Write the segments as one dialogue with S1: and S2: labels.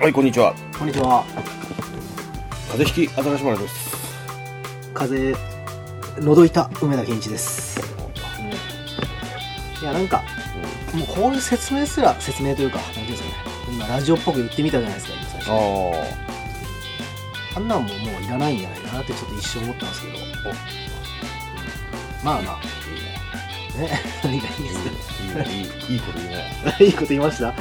S1: はいこんにちは
S2: こんにちは。
S1: 風邪ひき新し丸です
S2: 風邪、のどいた梅田健一です。いや、なんか、もうこういう説明すら、説明というか、なんていうんですかね。今、ラジオっぽく言ってみたじゃないですか、今最
S1: あ
S2: 初。
S1: あ
S2: あんなんももういらないんじゃないかなってちょっと一瞬思ったんですけど。まあまあ、ね、 何がいいです
S1: いいねいいいいいいこと言うね
S2: かいいこと言いました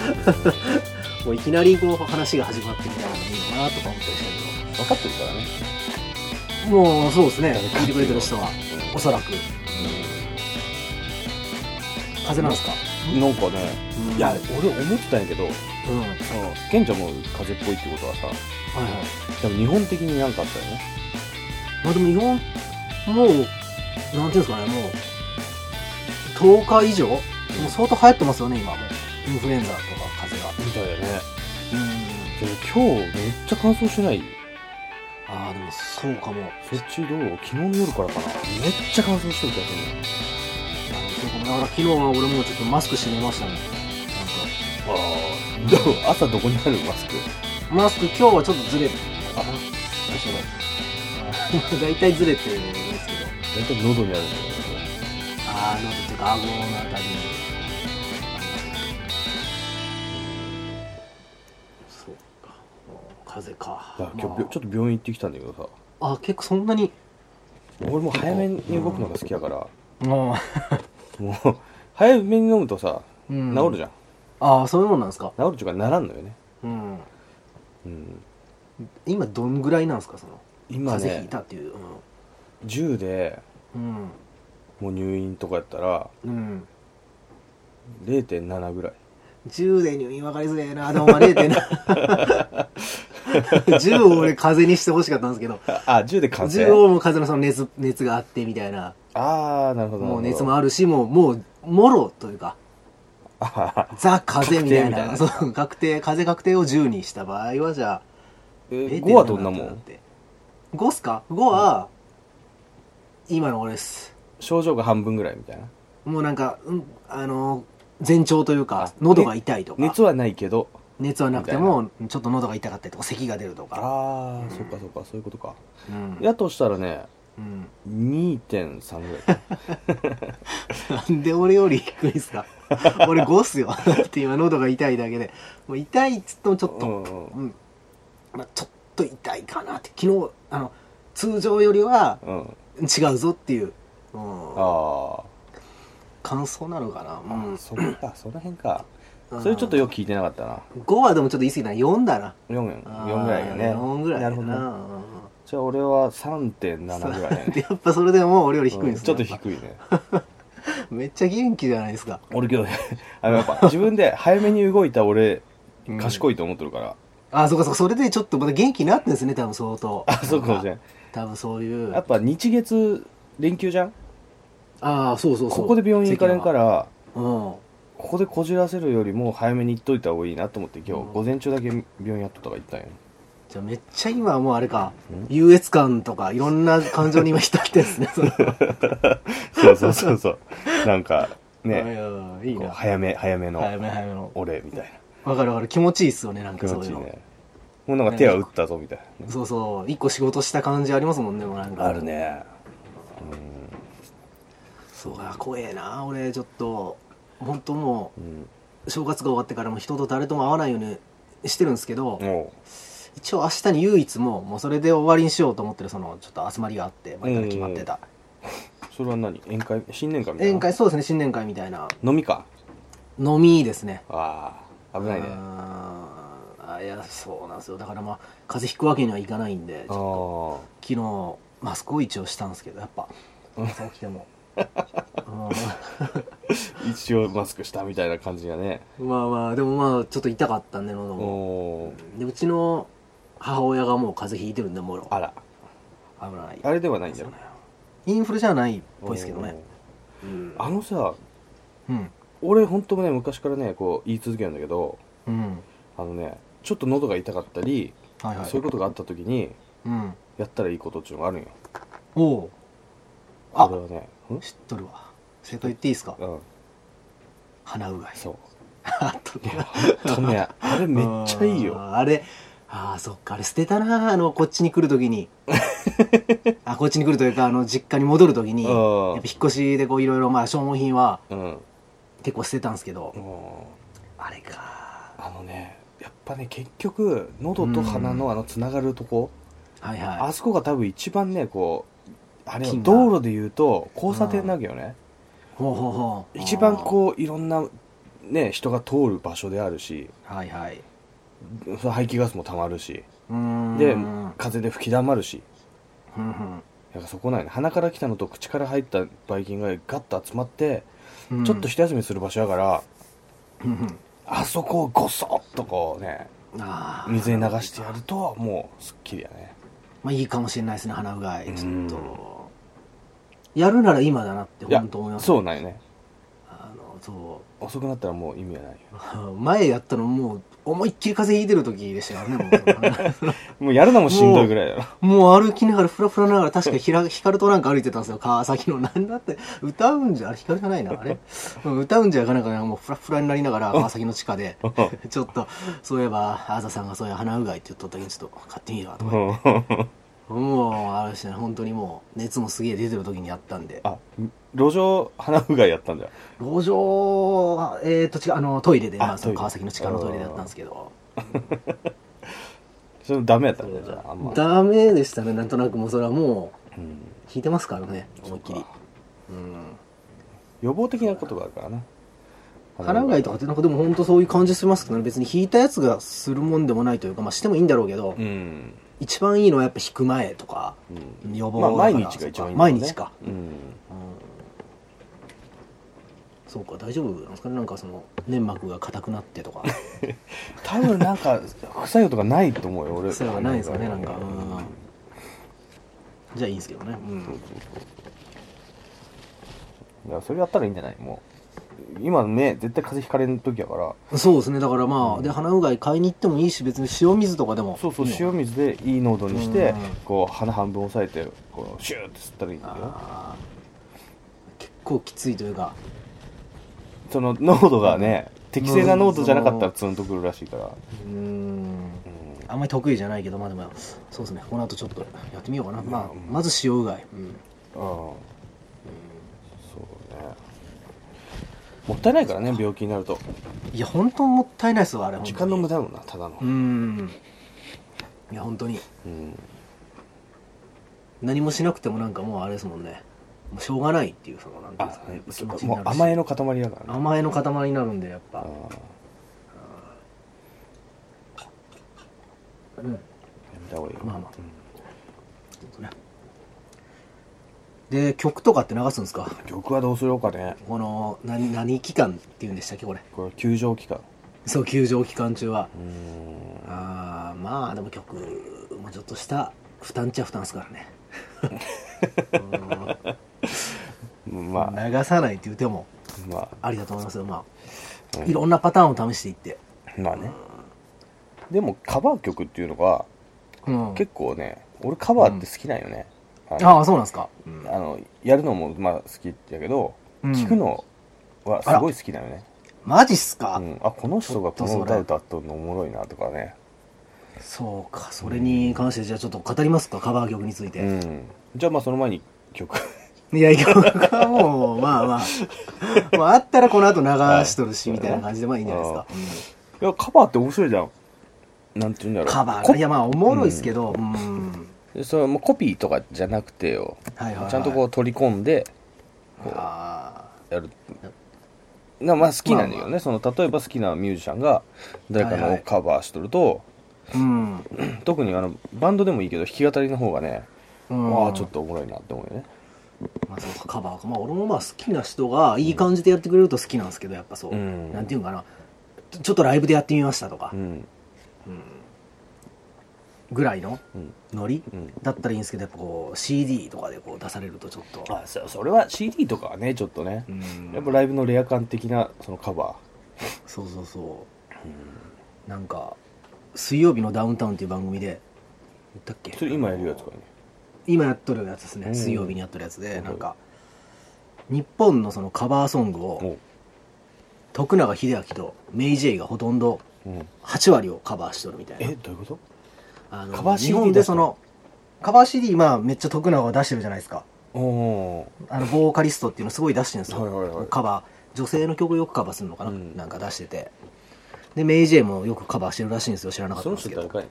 S2: もういきなりこう話が始まってみたいなのがいいのかなとか思ったりした
S1: 分かってるからね
S2: けど。もう、そうですね。聞いてくれてる人は、おそらく。風邪なんですか
S1: うんなんかねいや俺思ってたんやけど
S2: うん。はい
S1: ケンちゃんも風邪っぽいってことはさ
S2: はい。
S1: 多分日本的になんかあったよね
S2: まあでも日本、もう、なんていうんですかね、もう、10日以上、もう相当流行ってますよね、今もう。インフルエンザとか風邪が。
S1: みたいだね
S2: うん。
S1: でも今日めっちゃ乾燥してない
S2: ああ、でもそうかも。なん
S1: そっちどう昨日の夜からかなめっちゃ乾燥してる気がするね
S2: そうかも。だから昨日は俺もちょっとマスクしてみましたね。
S1: あどう朝どこにあるマスク
S2: なんか。マスク今日はちょっとずれてたかな。 大体ずれてるんですけど。
S1: 大体喉にあるんだ
S2: あー、喉っていうか顎のあたりに。そうか。風邪か。
S1: けどね今日
S2: ま
S1: びょちょっと病院行ってきたんだけどさ
S2: あ、あ、結構そんなに。
S1: 俺も早めに動くのが好きやから
S2: あ
S1: もう早めに飲むとさ
S2: う ん
S1: 治るじゃん、
S2: ああ、そういうもんなんですか。
S1: 治るっていうかならんのよね
S2: うん。
S1: うん
S2: 今どんぐらいなんですか、その。
S1: 今
S2: 風邪ひ
S1: ね
S2: いたっていう。
S1: 10で
S2: うん。
S1: もう入院とかやったら
S2: うん。うん。
S1: 0.7ぐらい
S2: 10で入院分かりづらいな。でもまあ0.7。10を俺風邪にしてほしかったんですけど。
S1: あ10で完成
S2: 10をもう風邪のその熱、熱があってみたいな。
S1: ああなるほどなるほど
S2: もう熱もあるし、もう、もう、もろというか、
S1: あはは
S2: ザ・風邪みたいな。
S1: 確定みたいな
S2: そう、確定、風邪確定を10にした場合は、じゃあ、
S1: え
S2: 0.7
S1: 5はどんなも
S2: だっ
S1: ん
S2: て ?5 っすか ?5 は、今の俺です。
S1: 症状が半分ぐらいみたいな
S2: もうなんか、うん、あのー、前兆というか
S1: あ、
S2: 喉が痛いとか、熱
S1: 熱はないけど
S2: はなくても、ちょっと喉が痛かったりとか、咳が出るとか。
S1: ああそっかそっかそういうことか
S2: うん。
S1: やとしたらね
S2: うん。
S1: 2.3ぐらいかな
S2: なんで俺より低いっ すか俺5っすよ。だって今喉が痛いだけで。もう痛いっつってもちょっ
S1: う
S2: と、
S1: んうん
S2: うん。まあ、ちょっと痛いかなって。昨日、あの、通常よりは
S1: うん
S2: 違うぞっていう、うん、
S1: あ
S2: 感想なのかな。
S1: あ、
S2: うん。
S1: そこかその辺か
S2: うん
S1: それちょっとよく聞いてなかったな
S2: 5はでもちょっと言い過ぎたな。4だな。
S1: 4, 4ぐらいだね
S2: 4ぐらい
S1: な
S2: だ
S1: るほどね
S2: な。うん
S1: じゃあ俺は3.7ぐらいだね
S2: でやっぱそれでも俺よ り低いん
S1: う
S2: で
S1: ん
S2: す
S1: ちょっと
S2: い
S1: 低いね
S2: めっちゃ元気じゃないですか
S1: 俺けどねあのやっぱ自分で早めに動いた俺
S2: うん
S1: 賢いと思ってるから、
S2: あそうかそうかそれでちょっとまた元気になってんですね多分相当
S1: あそうかもしれん
S2: 多分そういう
S1: やっぱ日月連休じゃん
S2: ああそうそうそう
S1: ここで病院行かれんから
S2: うん
S1: ここでこじらせるよりも早めに行っといた方がいいなと思って今
S2: う
S1: 日
S2: ん
S1: 午前中だけ病院やっとったから行ったんよ
S2: じゃあめっちゃ今はもうあれか
S1: うん
S2: 優越感とかいろんな感情に今浸ってん ですねそれ
S1: そうそうそうそうなんか
S2: いやい
S1: ね
S2: やいい
S1: こう
S2: な
S1: 早め早め
S2: 早
S1: の
S2: め早めの
S1: 俺みたい
S2: わかるわかる気持ちいいっすよねなん
S1: な
S2: か
S1: 気
S2: そ
S1: 持
S2: うい
S1: ち
S2: う
S1: いい
S2: の、
S1: ねもうなんか手は打ったぞみたいな
S2: そうそう一個仕事した感じありますもんねもうなんか
S1: あるね
S2: そうか怖えな俺ちょっと本当もう
S1: うん、
S2: 正月が終わってからも人と誰とも会わないようにしてるんですけど、
S1: うん、お
S2: 一応明日に唯一もうもうそれで終わりにしようと思ってるそのちょっと集まりがあって前から決まってた
S1: うそれは何宴会新年会みたいな
S2: 宴会そうですね新年会みたいな
S1: 飲みか
S2: 飲みですね
S1: ああ危ないね
S2: うーん
S1: あ
S2: あいやそうなんですよだからまあ風邪ひくわけにはいかないんでち
S1: あ
S2: ょ
S1: ー
S2: 昨日マスクを一応したんですけどやっぱ朝起きても
S1: 一応マスクしたみたいな感じがね
S2: うんまあまあでもまあちょっと痛かったんで喉
S1: お
S2: も
S1: おー
S2: でうちの母親がもう風邪ひいてるんでもろ
S1: あら
S2: 危ない
S1: あれではないんだよね
S2: インフルじゃないっぽいですけどねうん
S1: おーあのさ
S2: うん
S1: 俺本当ね昔からねこう言い続けるんだけど
S2: うん
S1: あのねちょっと喉が痛かったり、
S2: はいはい
S1: そういうことがあった時に
S2: うん
S1: やったらいいことっていうのがあるんよ
S2: おおあ
S1: これはねん
S2: 知っとるわ正解言っていいですか
S1: うん
S2: 鼻うがい
S1: そう
S2: あと
S1: いやほんとねあれめっちゃいいよ
S2: あーあれあーそっかあれ捨てたなあのこっちに来るとき にあこっちに来るというかあの実家に戻るときに
S1: う
S2: やっ
S1: ん
S2: ぱ引っ越しでこういろいろまあ消耗品は
S1: うん
S2: 結構捨てたんですけど
S1: も
S2: あれか
S1: うあのねやっぱね結局喉と鼻のあのつながるとこ、
S2: はい
S1: あ
S2: は
S1: そこが多分一番ねこうあれよ
S2: 金が
S1: 道路で言うと交差点なわけよね、
S2: いほうほうほう
S1: 一番
S2: う
S1: こういろんなね人が通る場所であるし
S2: はいはい
S1: その排気ガスも溜まるし
S2: うーん
S1: で
S2: うん
S1: 風で吹き溜まるし
S2: うん
S1: なんかそこないね鼻から来たのと口から入ったばい菌がガッと集まって、
S2: うん
S1: ちょっと一休みする場所やから
S2: うんうん
S1: あそこをごそっとこうね
S2: あー
S1: 水に流してやるともうすっきりやね
S2: まあいいかもしれないですね鼻うがいちょっ
S1: うん
S2: とやるなら今だなって
S1: いや
S2: 本当思います
S1: そうなんよね
S2: あのそう
S1: 遅くなったらもう意味がないよ
S2: 前やったのもう思いっきり風邪ひいてる時でしたからね も
S1: もうやるのもしんどいぐらいだろ
S2: うもう歩きながらフラフラながら確かひら光となんか歩いてたんですよ川崎のなんだって歌うんじゃあれ光じゃないなあれうん歌うんじゃがなんかねもうフラフラになりながら川崎の地下でちょっとそういえばあざさんがそういう鼻うがいって言っとったけどちょっと買ってみるわとかもうあれですね本当にもう熱もすげえ出てる時にやったんで
S1: あ路上花うがいやったんだよ
S2: 路上はえー、と違うあのトイレで、ま
S1: あ
S2: あ、そ
S1: トイ
S2: の
S1: レ
S2: 川崎の地下のトイレだったんですけど
S1: それダメやったんだよじゃああんま
S2: ダメでしたねなんとなくもうそれはもう
S1: うん
S2: 引いてますからね思いっき
S1: そ
S2: り
S1: うか
S2: うん
S1: 予防的なことがあるからな
S2: 腹うがいとかってなんかでも本当そういう感じしますけどね別に引いたやつがするもんでもないというかまあしてもいいんだろうけど、
S1: うん、
S2: 一番いいのはやっぱ引く前とか、
S1: うん、
S2: 予防
S1: まあ
S2: だから
S1: 毎日が一番いいんだ
S2: 毎
S1: よね
S2: 日か
S1: うん
S2: うんそうか大丈夫なんですかねなんかその粘膜が硬くなって とか
S1: 多分なんか副作用とかないと思うよ俺
S2: そういうのはないですかねなんか、
S1: う
S2: うんじゃあいいんですけどね、うん
S1: そうそうそういやそれやったらいいんじゃないもう今ね絶対風邪ひかれん時やから
S2: そうですねだからまあ、
S1: うん
S2: で鼻うがい買いに行ってもいいし別に塩水とかでも
S1: そうそう
S2: ね
S1: 塩水でいい濃度にして、
S2: うん
S1: こう鼻半分押さえてこうシューって吸ったらいいんだよ
S2: あー結構きついというか
S1: その濃度がね適正な濃度じゃなかったらツンとくるらしいから、
S2: うーん
S1: うん
S2: あんまり得意じゃないけどまあでもそうですねこの後ちょっとやってみようかな、
S1: うん
S2: まあ、まず塩うがい、うん
S1: うんそうねもったいないからね病気になると
S2: いや本当もったいないですわあれ
S1: 時間の無
S2: 駄
S1: 駄だもんなただの
S2: うーんいや本当に
S1: うん
S2: 何もしなくてもなんかもうあれですもんねもうしょうがないっていうそのなんていうん
S1: あ
S2: です
S1: そ
S2: かね気持ち
S1: う
S2: に
S1: も
S2: なる
S1: う
S2: し
S1: 甘えの塊だからね
S2: 甘えの塊になるんでやっぱ
S1: うん
S2: うんち
S1: や
S2: ょ
S1: めた方がいいよ
S2: まあまあっとねで曲とかって流すんですか
S1: うん曲はどうするかね
S2: この何何期間っていうんでしたっけこれ
S1: これ休場期間
S2: そう休場期間中は
S1: うん
S2: あーまあでも曲もちょっとした負担っちゃ負担ですからね
S1: うん
S2: ま
S1: まあ
S2: あ流さないって言うても
S1: ま
S2: ありだと思いますよまあ、
S1: うん
S2: いろんなパターンを試していって、
S1: あまあねでもカバー曲っていうのが
S2: うん、
S1: 結構ね俺カバーって好きなんよねあの
S2: ああそうなんですか、うん
S1: あのやるのもまあ好きやけど
S2: うん
S1: 聴くのはすごい好きなのね
S2: マジっすか、
S1: うん、あこの人がこの歌歌っとるのおもろいなとかね
S2: そうかそれに関してじゃあちょっと語りますかカバー曲について、
S1: うんじゃあまあその前に曲
S2: いや、曲は もう、まあまあ、まあ、あったらこの後流しとるし、
S1: はい
S2: みたいな感じで、まあいいんじゃないですか。
S1: いやカバーって面白いじゃんなんて言うんだ
S2: う
S1: ろう
S2: んカバー
S1: コ
S2: が、いや、まあ、おもろいですけど、うん。
S1: でそれもうコピーとかじゃなくてよ
S2: はいはいはい。
S1: ちゃんとこう取り込んでこう
S2: あ
S1: やるなまあ好きなんだけどね、その例えば好きなミュージシャンが誰か
S2: はいは
S1: の
S2: い
S1: カバーしとると、
S2: ーうん。
S1: 特にあのバンドでもいいけど弾き語りの方がね、
S2: うん
S1: ああちょっ。とおもろいなって思うよね
S2: まあ、そうか、カバーか。まあ、俺もまあ、好きな人が、いい感じでやってくれると好きなんですけど、やっぱそう。
S1: うん
S2: なんていうんかな。ちょちょっとライブでやってみましたとか
S1: う、ん
S2: ぐらいの
S1: うん
S2: ノリ
S1: うん
S2: だったらいいんですけど、やっぱこう、CD とかでこう出されるとちょっと。
S1: あそそれは CD とかはねちょっとね、
S2: うん
S1: やっぱライブのレア感的なそのカバ
S2: そうそうそう、なんか「水曜日のダウンタウン」っていう番組で言ったっけ
S1: ーそれ今やるやつからね
S2: 今やっとるやつですね、
S1: うん
S2: 水曜日にやっとるやつで、
S1: うん
S2: なんか日本のそのカバーソングを
S1: お
S2: 徳永英明とメイ・ジェイがほとんど
S1: うん、
S2: 8割をカバーしとるみたいな
S1: どういうこと
S2: あの
S1: カバー CD
S2: 日本でそのカバー CD まあめっちゃ徳永を出してるじゃないですか
S1: おお
S2: あのボーカリストっていうのすごい出してるんですよ、
S1: はいはいはい
S2: カバー女性の曲をよくカバーするのかな、
S1: うん
S2: なんか出しててでメイ・ジェイもよくカバーしてるらしいんですよ知らなかった
S1: そ
S2: ん
S1: の
S2: です
S1: 人
S2: けど
S1: 誰かい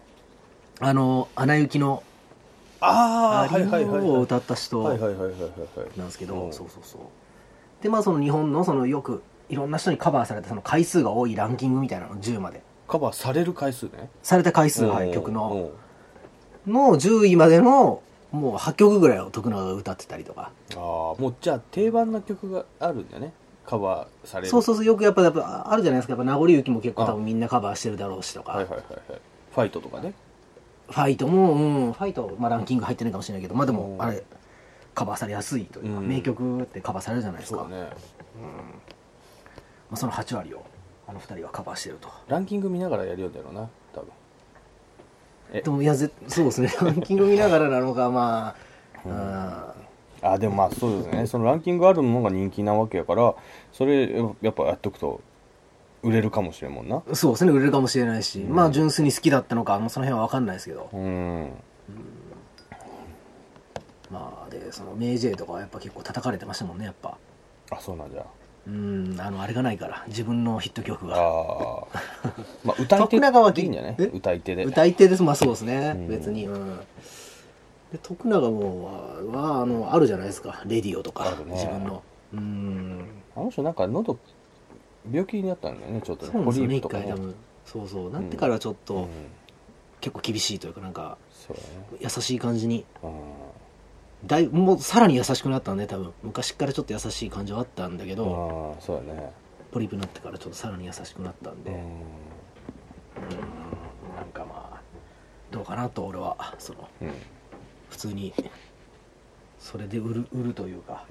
S2: あの「アナ雪」の「
S1: あ
S2: ア
S1: あは
S2: リ
S1: いはいはい
S2: ー
S1: は
S2: を
S1: い
S2: 歌った人
S1: はいはいはいはいはい
S2: なんですけど、
S1: うん
S2: そうそうそうでまあその日本のそのよくいろんな人にカバーされたその回数が多いランキングみたいなの10まで
S1: カバーされる回数ね
S2: された回数、は
S1: う
S2: い、
S1: ん
S2: 曲の、
S1: うん
S2: の10位までのもう8曲ぐらいを徳永が歌ってたりとか
S1: ああもうじゃあ定番な曲があるんだねカバーされる
S2: そうそううそうよくやっぱやっぱあるじゃないですかやっぱ名残雪も結構多分みんなカバーしてるだろうしとか、
S1: はいはいはいはいファイトとかね
S2: ファイトも、うん、ファイト、まあ、ランキング入ってないかもしれないけどまあでも
S1: うん
S2: あれカバーされやすいというか、
S1: うん
S2: 名曲ってカバーされるじゃないです
S1: そ
S2: か
S1: う
S2: そ,、
S1: だね
S2: まあ、その8割をあの2人はカバーしてると
S1: ランキング見ながらやるようだろうな多分え
S2: でもいやぜそうですねランキング見ながらなのかまあ、
S1: あーでもまあそうですねそのランキングあるものが人気なわけやからそれやっぱやっとくと売れるかもしれんもんな
S2: うん、そうですね売れるかもしれないし、まあ純粋に好きだったのかもうその辺は分かんないですけど、
S1: うん
S2: まあでそのメイジェイとかはやっぱ結構叩かれてましたもんねやっぱ
S1: あそうなんじゃ
S2: うんあのあれがないから自分のヒット曲が
S1: ああまあ歌い手
S2: 徳永は
S1: でいいんじゃない
S2: え
S1: 歌い手で
S2: 歌い手ですまあそうですね、
S1: うん
S2: 別にうんで徳永もははあのあるじゃないですかレディオと
S1: あ
S2: か、
S1: るね
S2: 自分のうん
S1: あの人なんか喉病気になったんだよねちょっと
S2: そ
S1: ね
S2: うなんですよね
S1: ポリー
S2: 一回
S1: プ
S2: 多
S1: とかね
S2: 分そうそうなってからちょっと、
S1: うん
S2: 結構厳しいというかなんか
S1: そうだ
S2: 優しい感じに
S1: ね
S2: だいもうさらに優しくなったんで多分昔からちょっと優しい感じはあったんだけ
S1: う
S2: ど、
S1: んああそうだね
S2: ポリープになってからちょっとさらに優しくなったん
S1: う
S2: で、
S1: ん
S2: なんかまあどうかなと俺はその
S1: うん
S2: 普通にそれで売る売るというか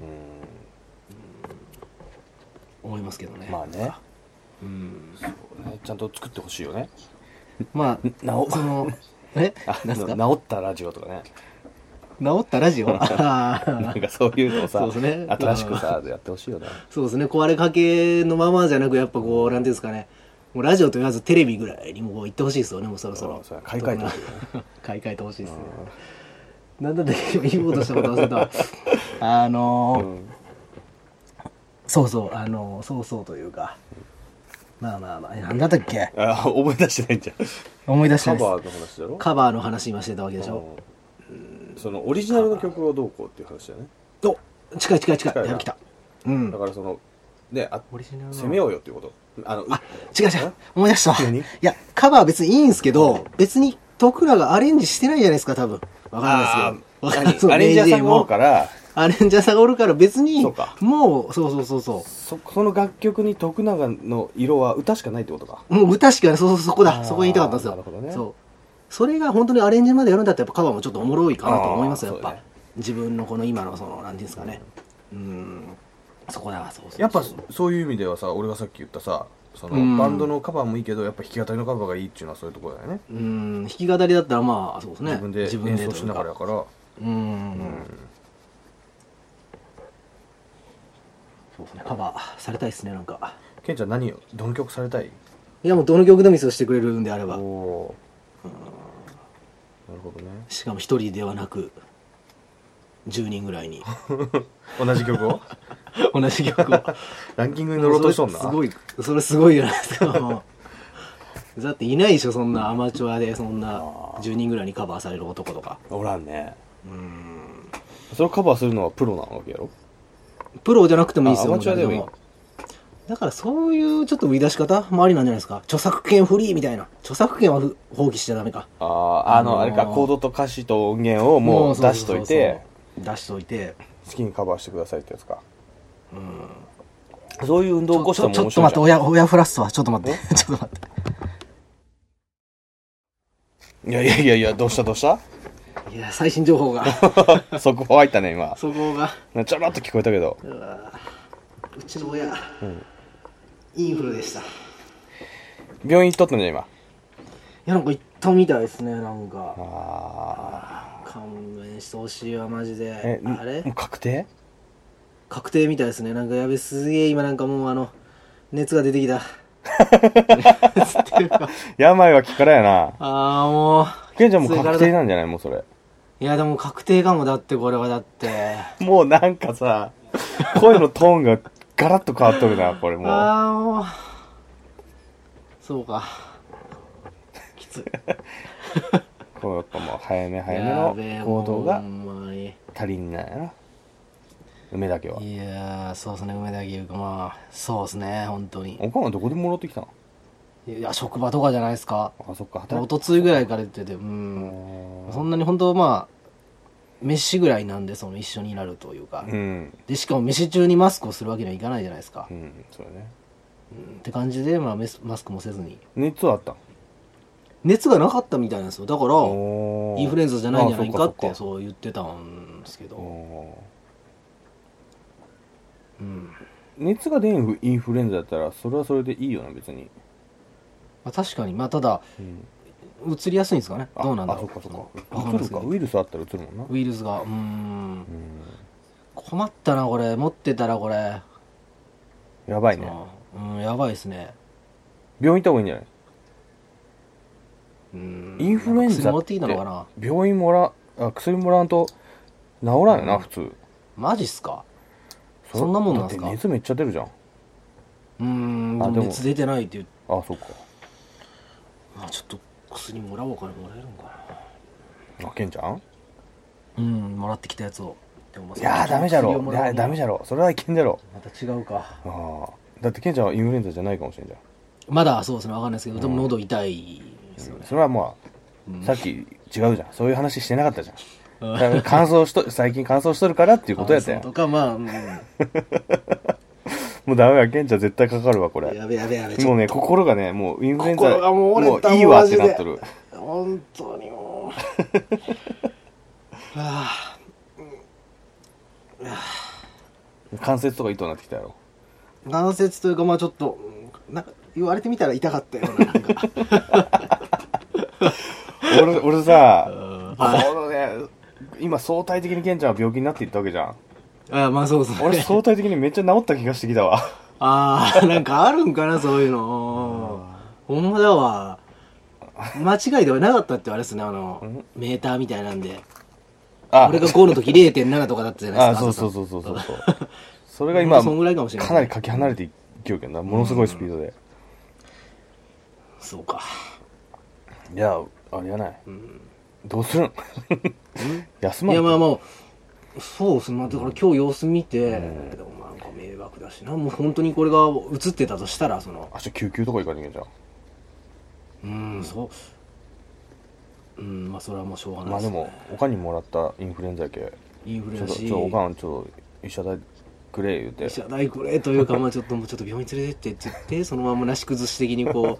S1: う
S2: 思いますけどね
S1: んまあね
S2: うん
S1: そうねちゃんと作ってほしいよね
S2: まあ
S1: なお
S2: そのえ
S1: あ
S2: なんすか
S1: の治ったラジオとかね
S2: 治ったラジオ あ
S1: なん
S2: ー
S1: かそういうのをさ、
S2: そうですね
S1: 新しくさ、やってほしいよな。
S2: そうですね壊れかけのままじゃなくやっぱこうなんていうんですかねもうラジオと言わずテレビぐらいにもう行ってほしいですよねもうそろそろ
S1: そうそう買い替えてほしいよ
S2: 買い替えてほしいですねなんだったっけ今言おうとしたこと忘れたわあのー
S1: うん
S2: そうそうあのそうそうというかまあまあまあなんだったっけ
S1: あ、思い出してないんじゃん。
S2: 思い出し
S1: カ
S2: たんです
S1: バーの話だろ
S2: カバーの話今してたわけでしょ
S1: うんそのオリジナルの曲をどうこうっていう話だよね。
S2: お近い近い近い
S1: 近いな
S2: や来たうん
S1: だからその、ね、あ
S2: オリジナルの
S1: 攻めようよっていうこと。あの、
S2: あ違う違う思い出したわ
S1: 何
S2: いやカバー別にいいんですけど別に徳永がアレンジしてないじゃないですか多分わからない
S1: あ
S2: で
S1: ー
S2: すけどわから ないそう
S1: 何アレンジャーさんがおるか
S2: メイジェイも
S1: ら、
S2: アレンジャーさんがおるから別に
S1: そうか
S2: もうそうそうそうそ
S1: そその楽曲に徳永の色は歌しかないってことか。
S2: うもう歌しかないそうそうそこ
S1: あ
S2: だ
S1: ー
S2: そこが言いたかったんですよ
S1: なるほどね
S2: そうそれが本当にアレンジまでやるんだったらやっぱカバーもちょっとおもろいかなと思いますよ
S1: あー
S2: やっぱ、
S1: そうだね
S2: 自分のこの今のそのなんていうんですかねうんそこだわそうそうそう
S1: やっぱそういう意味ではさ、俺がさっき言ったさ、そ
S2: うん
S1: のバンドのカバーもいいけど、やっぱ弾き語りのカバーがいいっていうのはそういうところだよね。
S2: うん弾き語りだったらまあそうですね
S1: 自分で演奏しながらやから。
S2: うんそうですねカバーされたいですねなんか
S1: ケンちゃん何をどの曲されたい
S2: いやもうどの曲でもいいですよしてくれるんであれば
S1: おーなるほどね
S2: しかも一人ではなく10人ぐらいに
S1: 同じ曲を
S2: 同じ曲を
S1: ランキングに乗ろうとしとんな
S2: それすごいそれすごいじゃないですかもうだっていないでしょそんなアマチュアでそんな10人ぐらいにカバーされる男とか
S1: おらんね
S2: うん
S1: それをカバーするのはプロなわけやろ
S2: プロじゃなくてもいいですよ
S1: あアマチュアでもいい
S2: 誰だからそういうちょっと売り出し方もありなんじゃないですか著作権フリーみたいな著作権はふ放棄しちゃダメか
S1: あああ
S2: あの
S1: の
S2: ー
S1: あれかコードと歌詞と音源をもう出しといて
S2: そうそうそうそう出しといて
S1: 好きにカバーしてくださいってやつかそういう運動を起こしても
S2: ちょ
S1: 面
S2: ちょ
S1: 白い
S2: っ
S1: じゃん
S2: と待って親親フラストはちょっと待ってちょっと待って
S1: いやいやいやいやどうしたどうした
S2: いや最新情報が
S1: 速報入ったね今
S2: そこが
S1: ちょろっと聞こえたけど
S2: うわうちの親、インフルでしたい
S1: 病院行っとったんじゃ今
S2: やなんか行ったみたいですねなんか
S1: ああ
S2: 勘弁してほしいわマジ
S1: え
S2: であ
S1: も
S2: れ
S1: う確定
S2: 確定みたいですねなんかやべすげえ今なんかもうあの熱が出てきた。 つってるか
S1: 病は気からやな。
S2: ああ、もう。
S1: ケンちゃんも
S2: それから
S1: 確
S2: だ
S1: 定なんじゃないもうそれ。
S2: いや、でも確定かも。だって、これはだって。
S1: もうなんかさ、声のトーンがガラッと変わっとるな、これもう。
S2: ああ、もう。そうか。きつい。
S1: こうやっぱもう早め早
S2: やべ
S1: め
S2: え
S1: の行動が
S2: ほんまに。
S1: 足りんないやな。梅だけは。
S2: いやー、そうですね、梅田牛か、まあ、そうですね、本当に。
S1: おかんはどこでもらってきたの
S2: いや、職場とかじゃないですか。
S1: あ、そっか、働
S2: お
S1: いて
S2: とついぐらいから言ってて、うん。そんなに本当まあ、飯ぐらいなんで、その一緒になるというか
S1: う。ん。
S2: で、しかも飯中にマスクをするわけにはいかないじゃないですか
S1: う。ん、そうだね。
S2: うんって感じで、まあ、メスマスクもせずに。
S1: 熱はあった
S2: 熱がなかったみたいなんですよ。だから、
S1: の
S2: インフルエンザじゃないんじゃないか
S1: あ
S2: って
S1: そ
S2: そう言ってたんですけど、
S1: おー
S2: うんま
S1: 熱が出んインフルエンザだったら、それはそれでいいよな、別に。
S2: あ、確かにまあただ
S1: うん
S2: うつりやすいんですかね
S1: あ
S2: どうなんだ
S1: あ、そ
S2: ろ
S1: うっかそっ
S2: わ
S1: か。
S2: んな
S1: 移る
S2: いですけ
S1: か。
S2: ど
S1: ウイルスあったら移るもんな。
S2: ウイルスがうーん
S1: うん。
S2: 困ったなこれ持ってたらこれ、
S1: やばいね。
S2: うんやばいですね
S1: 病院行った方がいいんじゃない
S2: うん
S1: インフルエンザって
S2: 薬持ってきたのかな
S1: 病院もらあ薬もらわんと治らんよな、
S2: うん
S1: 普通
S2: マジっすかそんなもんなんすか
S1: だって熱めっちゃ出るじゃんあ
S2: うーん
S1: あ
S2: で
S1: で
S2: も
S1: も
S2: 熱出てないっていう、
S1: そっか
S2: まあ、ちょっと薬もらおうかなもらえるんか
S1: あけんちゃん
S2: なうんもらってきたやつをでもま
S1: い
S2: あ
S1: やーダメじゃ
S2: 薬を
S1: ろ
S2: も
S1: い
S2: らう
S1: やーダメじゃろそれはいけんじゃろ
S2: また違うか
S1: あーだってけんちゃんはインフルエンザじゃないかもしれんじゃ
S2: まだそうですねわかんないですけど、でも喉痛いですよ
S1: ん
S2: ね、
S1: それはま
S2: うん
S1: あさっき違うじゃんそういう話してなかったじゃん
S2: うん
S1: だから乾燥しと 最近乾燥しとるからっていうことやったや
S2: あ
S1: ん
S2: そうとかまあ、 うん、
S1: もうダメやけんちゃん絶対かかるわこれ
S2: やべやべやべち
S1: も
S2: ょ
S1: う
S2: っ
S1: ね心がねもうインフルエンザ
S2: 心がもう折れた
S1: もういいわ
S2: マ
S1: っ
S2: ジ
S1: て
S2: で
S1: なっとる
S2: と本当にもう はあ
S1: 関節とか痛くなってきたやろ
S2: 関節というかまあちょっとうんなんか言われてみたら痛かったよななんか
S1: 俺俺さ
S2: うん
S1: このね今相対的にケンちゃんは病気になっていったわけじゃん
S2: あまあそう ですね
S1: 俺相対的にめっちゃ治った気がしてきたわ
S2: ああ なんかあるんかなそういうのほんまだわ間違いではなかったってあれですねあのメーターみたいなんで
S1: あ
S2: 俺が5の時0.7とかだったじゃない
S1: あ
S2: ですか
S1: そうそう
S2: う
S1: そうそうそうそう それが今
S2: ほんとそんぐらいかもしれない
S1: かなりかけ離れていきようけどなものすごいスピードで、
S2: そうか
S1: いやあれやない、どうするん休まん
S2: い
S1: と
S2: やまあもうそうですねまあだから今日様子見て、でもまあなんか迷惑だしなもう本当にこれが映ってたとしたらその
S1: 明日救急とか行かなきゃいけんじ
S2: うんそううんまあそれはもうしょうが
S1: ゃん
S2: な
S1: ま
S2: い
S1: あで
S2: で、
S1: す
S2: ね、
S1: もおかんにもらったインフルエンザやけ
S2: インフル
S1: ち
S2: エ
S1: ょ
S2: ン
S1: っとちょっ
S2: ザだし
S1: とおかんちょっと医者代くれ言うて
S2: 医者代くれというかまあちょっともうちょっと病院連れてってって言ってそのままなし崩し的 にこう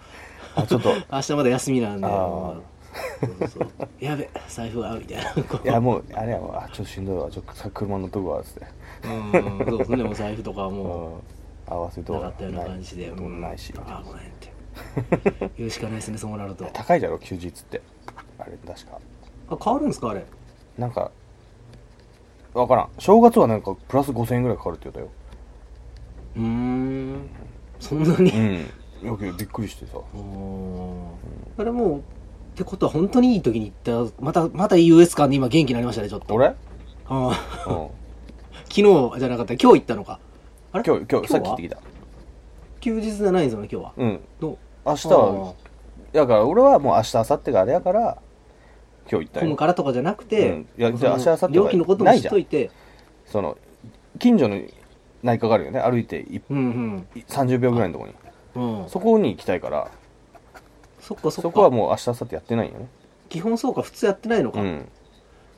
S1: あちょっと
S2: 明日まだ休みなんで
S1: あー
S2: まあそうそうやべ財布がみたいなこ
S1: いやもうあれやわちょっとしんどいわちょっと車乗っとくわつって
S2: ううんそうですねもう財布とか
S1: う
S2: も
S1: ん合わせ
S2: う
S1: と
S2: な
S1: は
S2: かったような感じで
S1: ないこと
S2: うん
S1: ないし
S2: あーごめんって言うしかないですねそうなると
S1: 高いじゃろ休日ってあれ確か
S2: あ変わるんですかあれ
S1: なんかわからん正月はなんかプラス5000円ぐらいかかるって言う
S2: うーんそんなに
S1: たようんよくびっくりしてさ
S2: おーあれもうってことは本当にいい時に行ったまたまた US 間で今元気になりましたねちょっと
S1: 俺うん
S2: あー
S1: 今
S2: 昨日じゃなかった今日行ったのかあれ
S1: 日今
S2: は
S1: 日さっき行ってきた
S2: 休日じゃないんですよね今日は
S1: うん
S2: の
S1: 明日はだから俺はもう明日明後日があれやから今日行っ
S2: あー
S1: た
S2: 混む
S1: よ
S2: からとかじゃなくて、
S1: うんいや
S2: その
S1: じゃあ明日明後日は
S2: 料金のことも
S1: ない
S2: し
S1: じゃん
S2: といて
S1: その近所の内科があるよね歩いてい
S2: うん
S1: 30秒ぐらいのとこに
S2: うんうんそ
S1: そこに行きたいから
S2: っかそっか
S1: そこはもう明日明後日やってないよね
S2: 基本そうか普通やってないのか、
S1: うん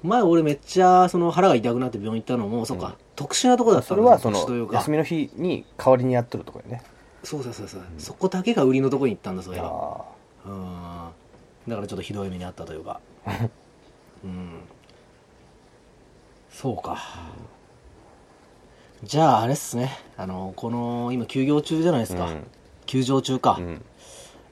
S2: 前俺めっちゃその腹が痛くなって病院行ったのもそっか、特殊なとこだった
S1: そ
S2: んだ
S1: れはそ
S2: 特殊という
S1: の
S2: か
S1: 休みの日に代わりにやっとるとこやね
S2: そうそうそうそう、そこだけが売りのとこに行ったんだそれが
S1: あ
S2: うんだからちょっとひどい目にあったとい うかうんそうか、じゃああれっすねあのこの今休業中じゃないですか、
S1: うん
S2: 休場中か、
S1: あうん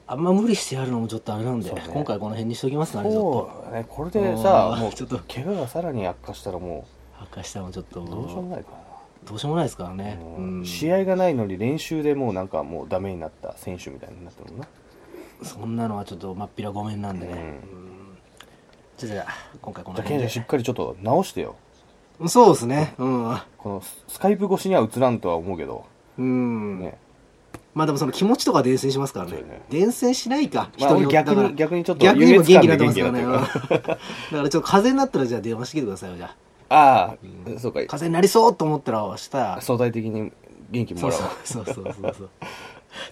S2: あんま無理してやるのもちょっとあれなんで、
S1: そうね
S2: 今回この辺にしときますかねちょっと
S1: そうだねこれでさ
S2: うん
S1: もう
S2: ちょっと
S1: 怪我がさらに悪化したらも
S2: 明日もちょっと
S1: うどうしようもないか
S2: どうしようもないですからね、うん
S1: 試合がないのに練習でもうなんかもうダメになった選手みたいになってるもんな
S2: そんなのはちょっとまっぴらごめんなんでね、
S1: うん
S2: うんじゃあじゃあ今回この
S1: じゃあ健
S2: 辺
S1: 二
S2: で
S1: しっかりちょっと直してよ
S2: そうですねうん、
S1: このススカイプ越しには映らんとは思うけど
S2: うん
S1: ね
S2: まあでもその気持ちとかは伝染しますから
S1: そう
S2: ね
S1: よね
S2: 伝染しないか
S1: まあ
S2: 人によって
S1: 俺逆に
S2: だから
S1: 逆にちょっと
S2: 逆に今元気になって
S1: 夢
S2: ま
S1: 掴ん
S2: す
S1: で
S2: から
S1: 元気
S2: ね だからちょっと風邪になったらじゃあ電話してきてくださいよじゃあ
S1: ああ、そうか
S2: 風邪になりそうと思ったら明日
S1: 相対的に元気も
S2: そう
S1: らおう
S2: そうそうそうそうそう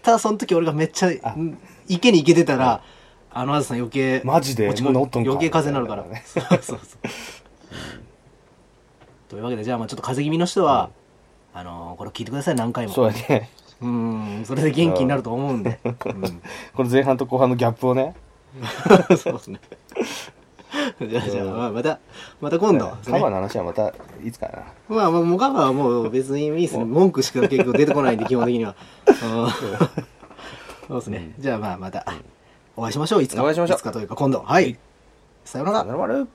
S2: ただその時俺がめっちゃん池に行けてたらあのあずさん余計
S1: マジで
S2: 落ち
S1: もう治っとんか
S2: 余計風邪になるから、
S1: みた
S2: そうそうそうというわけでじゃあまあちょっと風邪気味の人は、あのーこれ聞いてください何回 も
S1: そうやね
S2: うんそれで元気になると思うんで、うん
S1: この前半と後半のギャップをね
S2: そうですね。じゃあ、じゃあ、まあ、また、また今度で
S1: カ
S2: す
S1: バーの
S2: ね。
S1: 話はまたいつかやな
S2: まあ、まあ、もうカバーはもう別にいいですね。文句しか結構出てこないんで、基本的には。うんそうですね。じゃあ、まあ、また、お会いしましょう。いつか。
S1: お会いしましょう
S2: つかというか、今度。はい。さようなら
S1: な。るまる